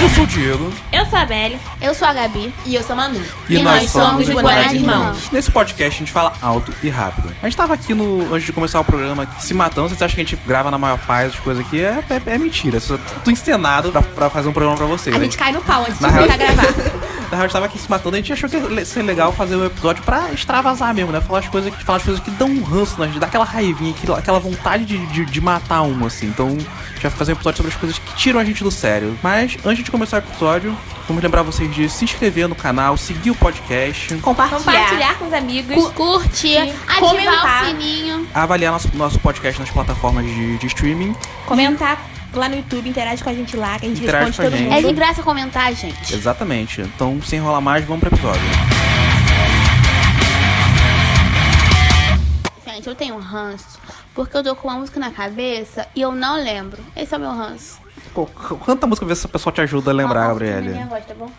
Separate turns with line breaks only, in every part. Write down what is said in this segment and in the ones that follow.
Eu sou o Diego.
Eu sou a Belle.
Eu sou a Gabi.
E eu sou a Manu.
E nós somos os Guará de Irmãos.
Nesse podcast a gente fala alto e rápido. A gente tava aqui no. Antes de começar o programa aqui, se matando. Vocês acham que a gente grava na maior paz, as coisas aqui? É, é, é mentira. Isso é tudo encenado pra, pra fazer um programa pra vocês.
A
né?
gente cai no pau antes de
Na real-
tentar gravar.
Na real, a gente tava aqui se matando, a gente achou que ia le- ser legal fazer um episódio pra extravasar mesmo, né? Falar as coisas que, falar as coisas que dão um ranço na gente, dá aquela raivinha, aquilo- aquela vontade de, de, de matar um, assim. Então, a gente vai fazer um episódio sobre as coisas que tiram a gente do sério. Mas, antes de começar o episódio, vamos lembrar vocês de se inscrever no canal, seguir o podcast,
Compartilhar.
Compartilhar com os amigos.
Cu- Curtir, ativar
Comentar.
o sininho.
avaliar nosso, nosso podcast nas plataformas de, de streaming.
Comentar lá no YouTube, interage com a gente lá, que a gente
Interage
responde
com a
todo
gente.
É
mundo.
de graça comentar, gente.
Exatamente. Então, sem enrolar mais, vamos pro episódio.
Gente, eu tenho um ranço. Porque eu tô com uma música na cabeça e eu não lembro. Esse é o meu ranço.
Pô, c- canta a música, vê se a pessoa te ajuda a lembrar, Gabriele.
Voz, tá bom?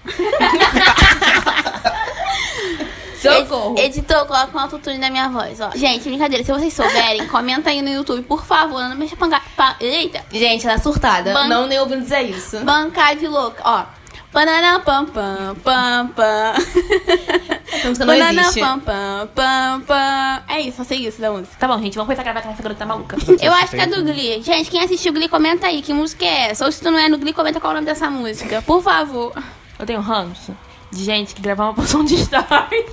É,
Socorro.
Ed- Editor, coloca um autotune na minha voz, ó. Gente, brincadeira, se vocês souberem, comenta aí no YouTube, por favor. Não deixa pangar. Pa, eita!
Gente, ela é surtada.
Ban-
Não nem ouvindo dizer é isso.
Bancar de louca, ó. Banana pam pam pam pam.
Essa música não
Banana
existe.
pam pam pam pam. É isso, só sei isso da música.
Tá bom, gente, vamos começar a gravar que essa garota tá maluca.
Eu acho que é do Glee. Gente, quem assistiu o Glee, comenta aí que música é essa. Ou se tu não é no Glee, comenta qual é o nome dessa música. Por favor.
Eu tenho um ranço de gente que gravar uma porção de story.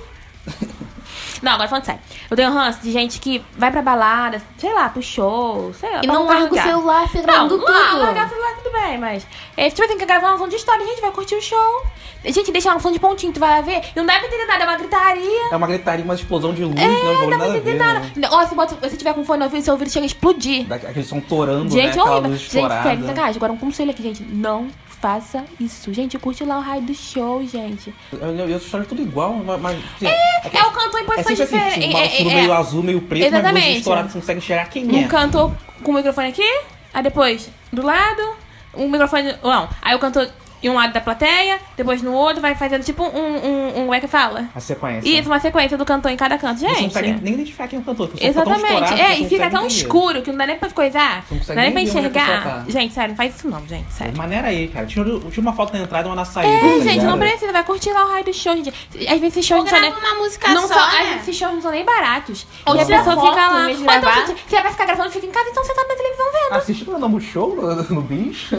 Não, agora falando sério. Eu tenho um ranço de gente que vai pra balada, sei lá, pro show, sei lá.
E
pra
não
qualquer
larga o
lugar.
celular, fica gravando
não, lá,
tudo.
largar o celular, tudo bem, mas... É, tipo, tem que gravar uma porção de story, gente, vai curtir o show. Gente, deixa uma porção de pontinho, tu vai lá ver. E não dá pra entender nada, é uma gritaria.
É uma gritaria, uma explosão de luz,
É,
não
não dá
vou nada
pra
a ver,
entender
né?
nada. Ó, se, bota, se tiver com um fone ouvido, seu ouvido chega a explodir.
Daqu- Aqueles som torando, né?
Gente,
Aquela
olha,
luz
gente, sério,
estourada.
sacanagem. Agora um conselho aqui, gente. Não faça isso. Gente, curte lá o raio do show, gente.
Eu, eu, eu acho tudo igual, mas... mas assim,
É o cantor em posições
sempre assim,
diferentes.
tipo, um
É,
fundo
é,
meio
é.
azul, meio preto, mas luz
Exatamente.
estourada, você não consegue enxergar quem
Um
é.
cantor com o microfone aqui, aí depois do lado, um microfone. Não, aí o cantor em um lado da plateia, depois no outro, vai fazendo tipo um. um, um como é que fala?
A sequência.
Isso, uma sequência do cantor em cada canto,
Você não
gente.
consegue nem identificar quem é o cantor. porque o som fica tão
Exatamente.
estourado que
É,
você
e
não
fica
consegue
tão
entender.
escuro que não dá nem pra coisar.
Você não
Não dá
consegue
nem pra
nem ver onde a
enxergar.
pessoa tá.
Gente, sério, não faz isso não, gente. Sério.
É Maneira aí, cara. Tira, tira uma foto na entrada e uma na saída.
É,
tá
gente, não
ligado?
precisa, vai curtir lá o raio do show, gente. Às vezes esses shows
Ou
não são nem.
grava uma música
não
só,
são-
né?
Às vezes esses shows não são nem baratos.
Ou
e a
tira
pessoa
foto
fica
em
lá.
vez de
Ou então,
gravar.
gente, você vai ficar gravando, fica em casa, então você tá na televisão vendo.
Assistindo o novo show no, no bicho.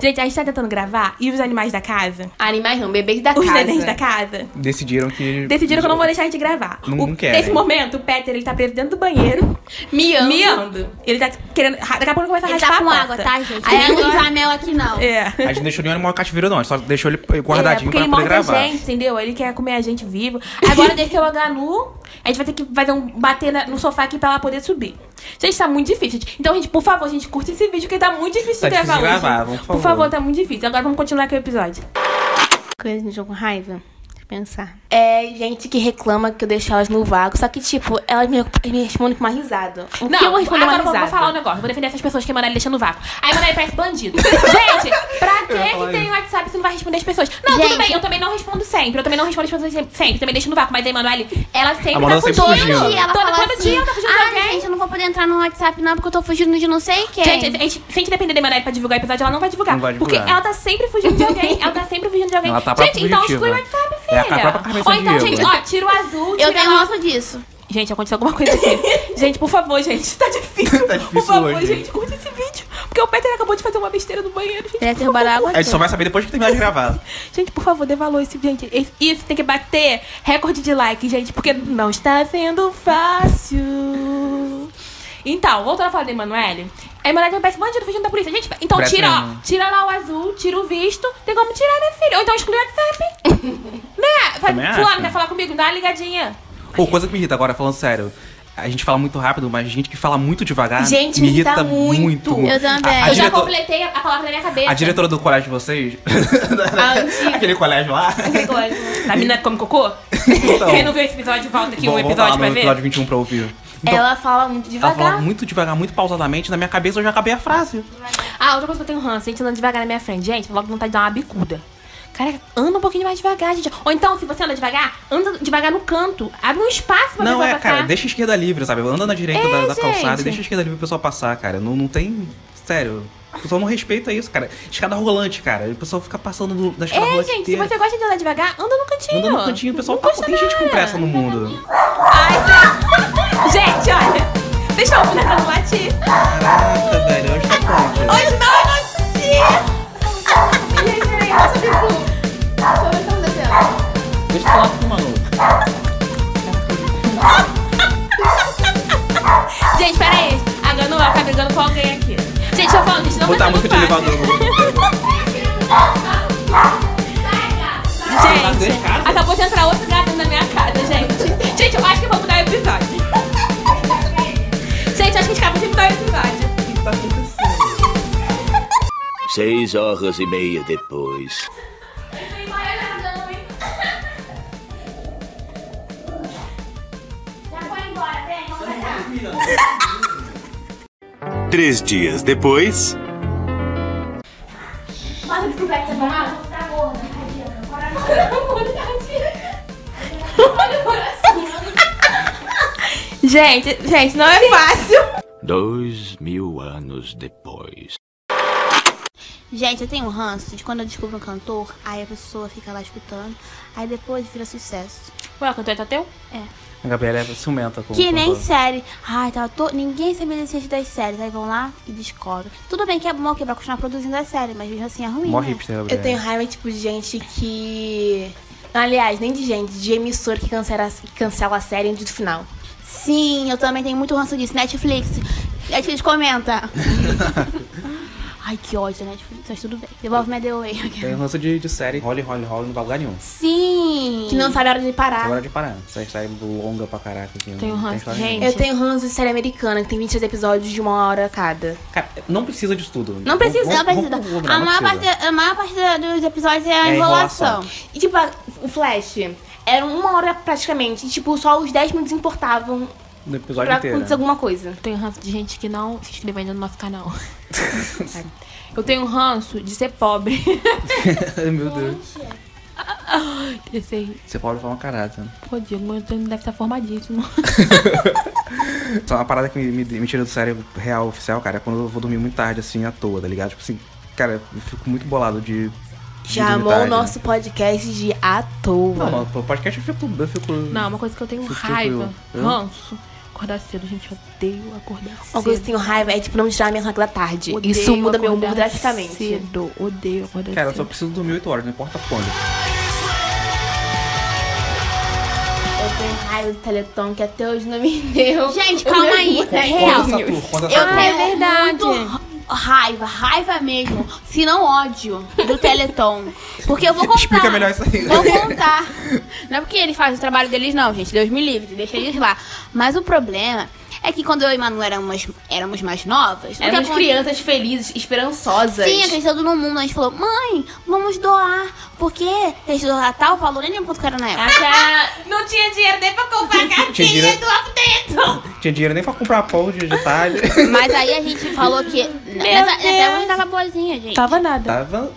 Gente, a gente tá tentando gravar e os animais da casa,
Animais não, bebês da
os
casa.
tá-
nenéns da casa,
Decidiram que.
decidiram que eu não vou deixar a gente gravar.
Não-
O-
não querem.
Nesse momento, o Peter, ele tá preso dentro do banheiro,
Miando.
miando. Ele tá querendo. ra- Daqui a pouco ele começa a
Ele tá
raspar a
com
porta.
água, tá, gente?
Aí
Aí não
agora-
usar mel aqui, não.
É.
A gente deixou nenhum animal cativeiro, não. A gente só deixou ele
é, porque ele morde a gente, entendeu? Ele quer comer a gente vivo. Agora desceu a Ganu, a gente vai ter que fazer um, bater na- no sofá aqui pra ela poder subir. Gente, tá muito difícil. gente. Então, gente, por favor, gente, curte esse vídeo, porque tá muito difícil
Tá
de gravar
difícil de
hoje.
gravar, vamos, por
por
favor,
favor, tá muito difícil. Agora vamos continuar com o episódio.
Coisa no jogo raiva. Deixa eu pensar.
É gente que reclama que eu deixo elas no vácuo. Só que, tipo, elas me, me respondem com uma risada. O que eu vou responder
agora eu
uma
vou-
risada?
vou falar um negócio. Vou defender essas pessoas que mandam ele deixando no vácuo. Aí mandam ele parece bandido. Gente, pra
Eu ia
que
falar
que tem
isso.
WhatsApp se não vai responder as pessoas? Não, tudo
Gente.
bem, eu também não respondo sempre. Eu também não respondo as pessoas sempre. sempre, Também deixo no vácuo. Mas a Emanuele, ela sempre
A Manu
tá
sempre
fugindo.
Todo
fugindo.
dia ela
todo
fala
todo
assim,
dia ela tá fugindo de
ah,
alguém.
gente, eu não vou poder entrar no WhatsApp não, porque eu tô fugindo de não sei quem.
Gente, é a gente, se a gente depender da Emanuele pra divulgar o episódio, ela não vai divulgar.
É. Não vai divulgar.
Porque ela tá sempre fugindo de alguém. ela tá sempre fugindo de alguém.
Ela tá pra
gente, então
fugitiva.
exclui o WhatsApp,
É
filha.
a própria Carmen
Ou então,
Sandiego.
gente, ó, tira o azul, tira
eu tenho um-
a-
ranço disso.
Gente, aconteceu alguma coisa aqui. gente, por favor, gente. Tá difícil.
Tá difícil
por favor,
hoje.
gente, curta esse vídeo. Porque o Peter acabou de fazer uma besteira no banheiro, gente.
Deve ter roubado a água.
A gente só vai saber depois que terminar de gravar.
Gente, por favor, dê valor a esse gente. esse- Isso tem que bater recorde de like, gente, porque não está sendo fácil. Então, voltando a falar da Emanuele. A Emanuele parece bandido fugindo da polícia. Gente, então
Parece
tira, ó.
mesmo.
Tira lá o azul, tira o visto. Tem como tirar, né, filho? Ou então exclui o WhatsApp. né?
Também
Fala, fulano,
acho.
quer falar comigo? Dá uma ligadinha.
Pô, coisa que me irrita agora, falando sério. A gente fala muito rápido, mas gente que fala muito devagar
Gente,
me
me irrita
irrita muito.
muito.
Eu também.
A, a
Eu já
diretor-
completei a, a palavra na minha cabeça.
a diretora do colégio de vocês,
Ah, antiga.
aquele colégio lá,
Da menina que come cocô?
Então.
Quem não viu esse episódio, volta aqui
Bom,
um
vamos
episódio
falar
pra
no
ver.
episódio 21 pra ouvir. Então,
Ela fala muito
ela
devagar.
fala muito devagar, muito pausadamente, na minha cabeça eu já acabei a frase.
Ah, outra coisa que eu tenho ranço, gente andando devagar na minha frente. Gente, logo vontade de dar uma bicuda. Cara, anda um pouquinho mais devagar, gente. Ou então, se você anda devagar, anda devagar no canto. Abre um espaço pra
Não,
pessoa
é,
passar.
cara, deixa a esquerda livre, sabe? Anda na direita
É,
da, da
gente.
calçada e deixa a esquerda livre pro pessoal passar, cara. Não, não tem. Sério. O pessoal não respeita isso, cara. Escada rolante, cara. O pessoal fica passando no- da escada
É,
rolante
gente,
inteira.
se você gosta de andar devagar, anda no cantinho.
Anda no cantinho, o pessoal tá. Tem gente com pressa no mundo.
tá. Gente, olha. Vocês estão ouvindo essa latir?
Caraca, velho, hoje tá bom, gente.
Hoje não é nosso dia! Gente, peraí, nossa, tipo...
Deixa eu falar com o maluco.
Gente, peraí. A Ganuel tá brigando com alguém aqui. Gente, eu falo, gente, não
Botar a
vai
música
ser
de
muito fácil.
elevador no.
Gente,
gatos?
acabou de entrar outro gato na minha casa, gente. Gente, eu acho que eu vou mudar o episódio. Gente, eu acho que a gente acabou de mudar o episódio.
Seis horas e meia depois.
Três dias depois.
Gente, gente, não é fácil.
Dois mil anos depois.
Gente, eu tenho um ranço de quando eu descubro um cantor, aí a pessoa fica lá escutando, aí depois vira sucesso.
Ué, o cantor é teu?
A Gabriela é ciumenta com
Que nem
com-
série. Ai, tava to... ninguém sabia da existência das séries. Aí vão lá e descobrem. Tudo bem que é bom que é pra continuar produzindo as séries, mas mesmo assim é ruim.
Mó
né?
hipster, Gabriela.
Eu tenho raiva, tipo, de gente que. Aliás, nem de gente, de emissora que cancela, cancela a série antes do final.
Sim, eu também tenho muito ranço disso. Netflix. Netflix comenta. Ai, que ódio da Netflix, mas tudo bem. Devolve minha DOA.
Tem lance de, de série role, role, role, não vai lugar nenhum.
Sim.
Que não sabe a hora de
É
parar.
hora de parar. Essa série longa pra caraca. que não
um
tem
Tenho
um
ranço,
história
gente.
nenhuma.
Eu tenho ranço de série americana, que tem 26 episódios de uma hora cada.
Cara, não precisa disso tudo.
Não precisa, não
Vamos-
precisa.
vamos- vamos combinar,
a,
não
maior
precisa.
Parte, a maior parte da- dos episódios é a
É enrolação.
enrolação.
E, tipo, a- o Flash, era uma hora praticamente. E, tipo, só os 10 minutos importavam
é
No episódio
pra
inteiro.
acontecer alguma coisa.
Eu tenho ranço de gente que não se inscreveu ainda no nosso canal. Eu tenho ranço de ser pobre.
Ai, Meu Deus.
Esse aí,
Você pode falar uma tá? caraca.
pô, Diego, meu Deus, deve estar formadíssimo.
Só é uma parada que me, me, me tira do sério real oficial, cara, é quando eu vou dormir muito tarde, assim, à toa, tá ligado? Tipo assim, cara, eu fico muito bolado de. de dormir
Chamou o
tarde.
nosso podcast de à
Não,
toa.
mano, pô, podcast eu fico. Eu fico
Não, uma coisa que eu tenho
Fico
raiva,
tranquilo.
ranço, acordar cedo. Gente, eu odeio acordar cedo.
Uma coisa que eu tenho raiva é, tipo, não me tirar a minha da tarde.
Odeio
Isso muda meu humor
acordar
drasticamente.
Cedo, odeio acordar
Cara, eu só
cedo.
preciso dormir 8 horas, não importa quando.
Eu tenho raiva do Teleton que até hoje não me deu.
Gente, calma aí. É real.
Conta essa tua, conta essa
Eu
tua.
tenho
é verdade.
muito raiva, raiva mesmo, se não ódio, do Teleton. Porque eu vou contar.
Explica melhor isso aí.
Vou contar. Não é porque eles fazem o trabalho deles, não, gente. Deus me livre, deixa eles lá. Mas o problema é que quando eu e Manu éramos, éramos mais novas, o que
Éramos
aconte-
crianças felizes, esperançosas.
Sim, acreditando no mundo. A gente falou, mãe, vamos doar. Porque a gente doar tal valor, nem lembro quanto que era na época.
Ah, Até...
Não tinha dinheiro nem pra comprar
Tinha dinheiro,
Então,
tinha dinheiro nem pra comprar pão de de tarde.
Mas aí a gente falou que. Nessa, nessa época a gente tava boazinha, gente.
Tava nada.
Tava.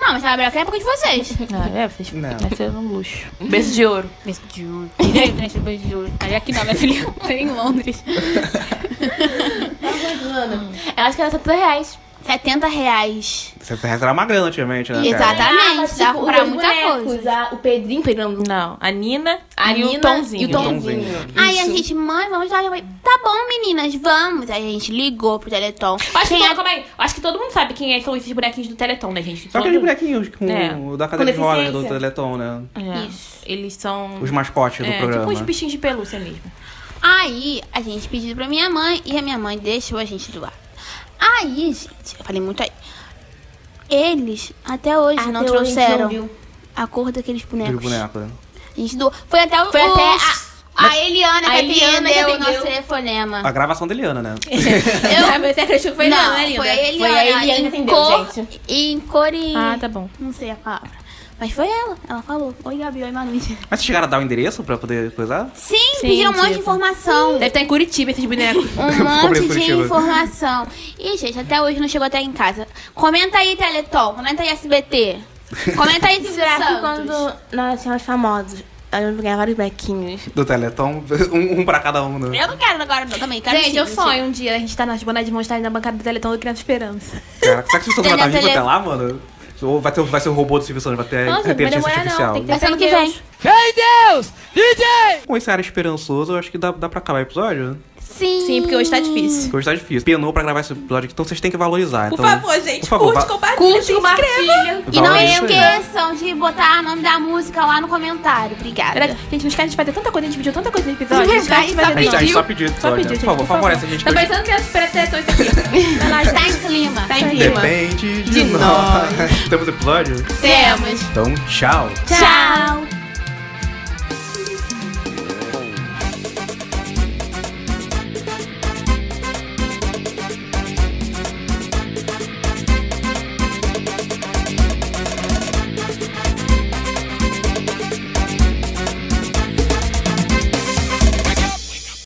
Não, mas tava melhor que a época de vocês.
Ah, é, vocês
Não.
vai ser um luxo.
Beijo de ouro.
Beijo de ouro. Direito, né? esse Beijo de ouro. Ali aqui não, minha filha. Tem em Londres.
Eu acho que era 70 reais.
70 reais.
70 reais era uma grana antigamente, né? cara?
Ah,
Exatamente. Dá
tipo,
pra comprar muita coisa.
O Pedrinho, Pedrinho
Não, a Nina a
e
Nina,
o Tomzinho.
E o Tom...
Tomzinho.
Aí a gente, mãe, vamos lá. Mãe, tá bom, meninas, vamos. Aí a gente ligou pro Teleton.
Acho
Quem
que, todo,
tá-
é-
calma aí, acho que todo mundo sabe quem é, são esses bonequinhos do Teleton, né, gente?
Só
Todo-
aqueles bonequinhos com
É.
o da cadeira de rodas do
deficiência.
Teleton, né?
É, Eles são...
Os mascotes do
é,
programa.
tipo uns bichinhos de pelúcia mesmo.
é- Aí a gente pediu pra minha mãe e a minha mãe deixou a gente doar. Aí, gente, eu falei muito aí. Eles até hoje não trouxeram a cor daqueles
Tipo Os
bonecos.
bonecos. né?
A gente doou. Foi até, o,
Foi
o-
até a-
a, a Eliana
a
que
Eliana que
atendeu o nosso
atendeu.
telefonema.
Ah.
A gravação da Eliana, né?
É.
Eu... Você acreditou que foi
não,
não, né, Linda?
foi a Eliana.
Foi a Eliana que
em
atendeu,
cor,
gente.
Em cor e...
Ah, tá bom.
Não sei a palavra. Mas foi ela. Ela falou. Oi, Gabi. Oi, Manu. Sim,
Mas vocês chegaram a dar o endereço pra poder coisar?
pediram um monte de
tipo.
informação.
Deve estar em Curitiba esses bonecos.
Um
Pobre
monte de
Curitiba.
informação. E, gente, até hoje não chegou até em casa. Comenta aí, Teleton. Comenta aí, SBT. Comenta aí, Silvio
Será que
Santos.
quando nós somos famosos, nós vamos ganhar vários bequinhos?
Do Teleton, um, um pra cada um, né?
Eu não quero agora, não, também. Quero
Gente,
sim,
eu
sim.
sonho um dia a gente tá nas bonés de monstagem na bancada do Teleton do Criança Esperança.
Caraca, será que vocês estão vai estar vivo
Tele-
até lá, mano? Ou vai, ter, vai ser o robô do Silvio Santos, vai ter
Não, gente, não vai
inteligência
demorar não,
artificial.
tem que
Vai ser ano Tá que
Deus.
vem.
Com esse ar esperançoso, eu acho que dá, dá pra acabar o episódio. né?
Sim.
Sim, porque hoje tá difícil.
Porque hoje tá difícil. Penou pra gravar esse episódio aqui, então vocês têm que valorizar.
Por
então,
favor, gente,
por favor,
curte,
va-
compartilha, se
Curte,
inscreva.
compartilha.
E não é
valoriza isso aí.
esqueçam de botar o nome da música lá no comentário. Obrigada.
Verdade, gente, não esquece, a gente vai ter tanta coisa, a gente pediu tanta coisa no episódio. A gente vai,
Vai,
a gente vai
só
ter
A gente, a gente só
tanta-
pediu episódio.
Só pediu,
né?
gente.
por favor, favorece a gente.
Tá
que hoje
pensando que as pretensões aqui. Vai lá, gente.
Tá em clima.
Tá em clima.
Depende de, nós. Temos episódio?
Temos.
Então, tchau.
Tchau.